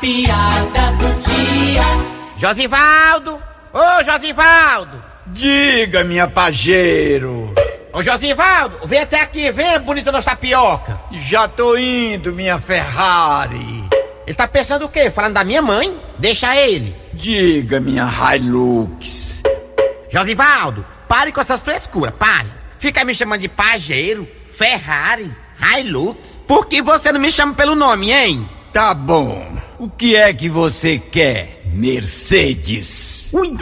piada do dia. Josivaldo! Ô, Josivaldo! Diga, minha pajeiro. Ô, Josivaldo, vem até aqui, vem, bonita nossa tapioca. Já tô indo, minha Ferrari. Ele tá pensando o quê? Falando da minha mãe? Deixa ele. Diga, minha Hilux. Josivaldo, pare com essas frescuras, pare. Fica me chamando de pajeiro, Ferrari, Hilux. Por que você não me chama pelo nome, hein? Tá bom. O que é que você quer, Mercedes? Ui!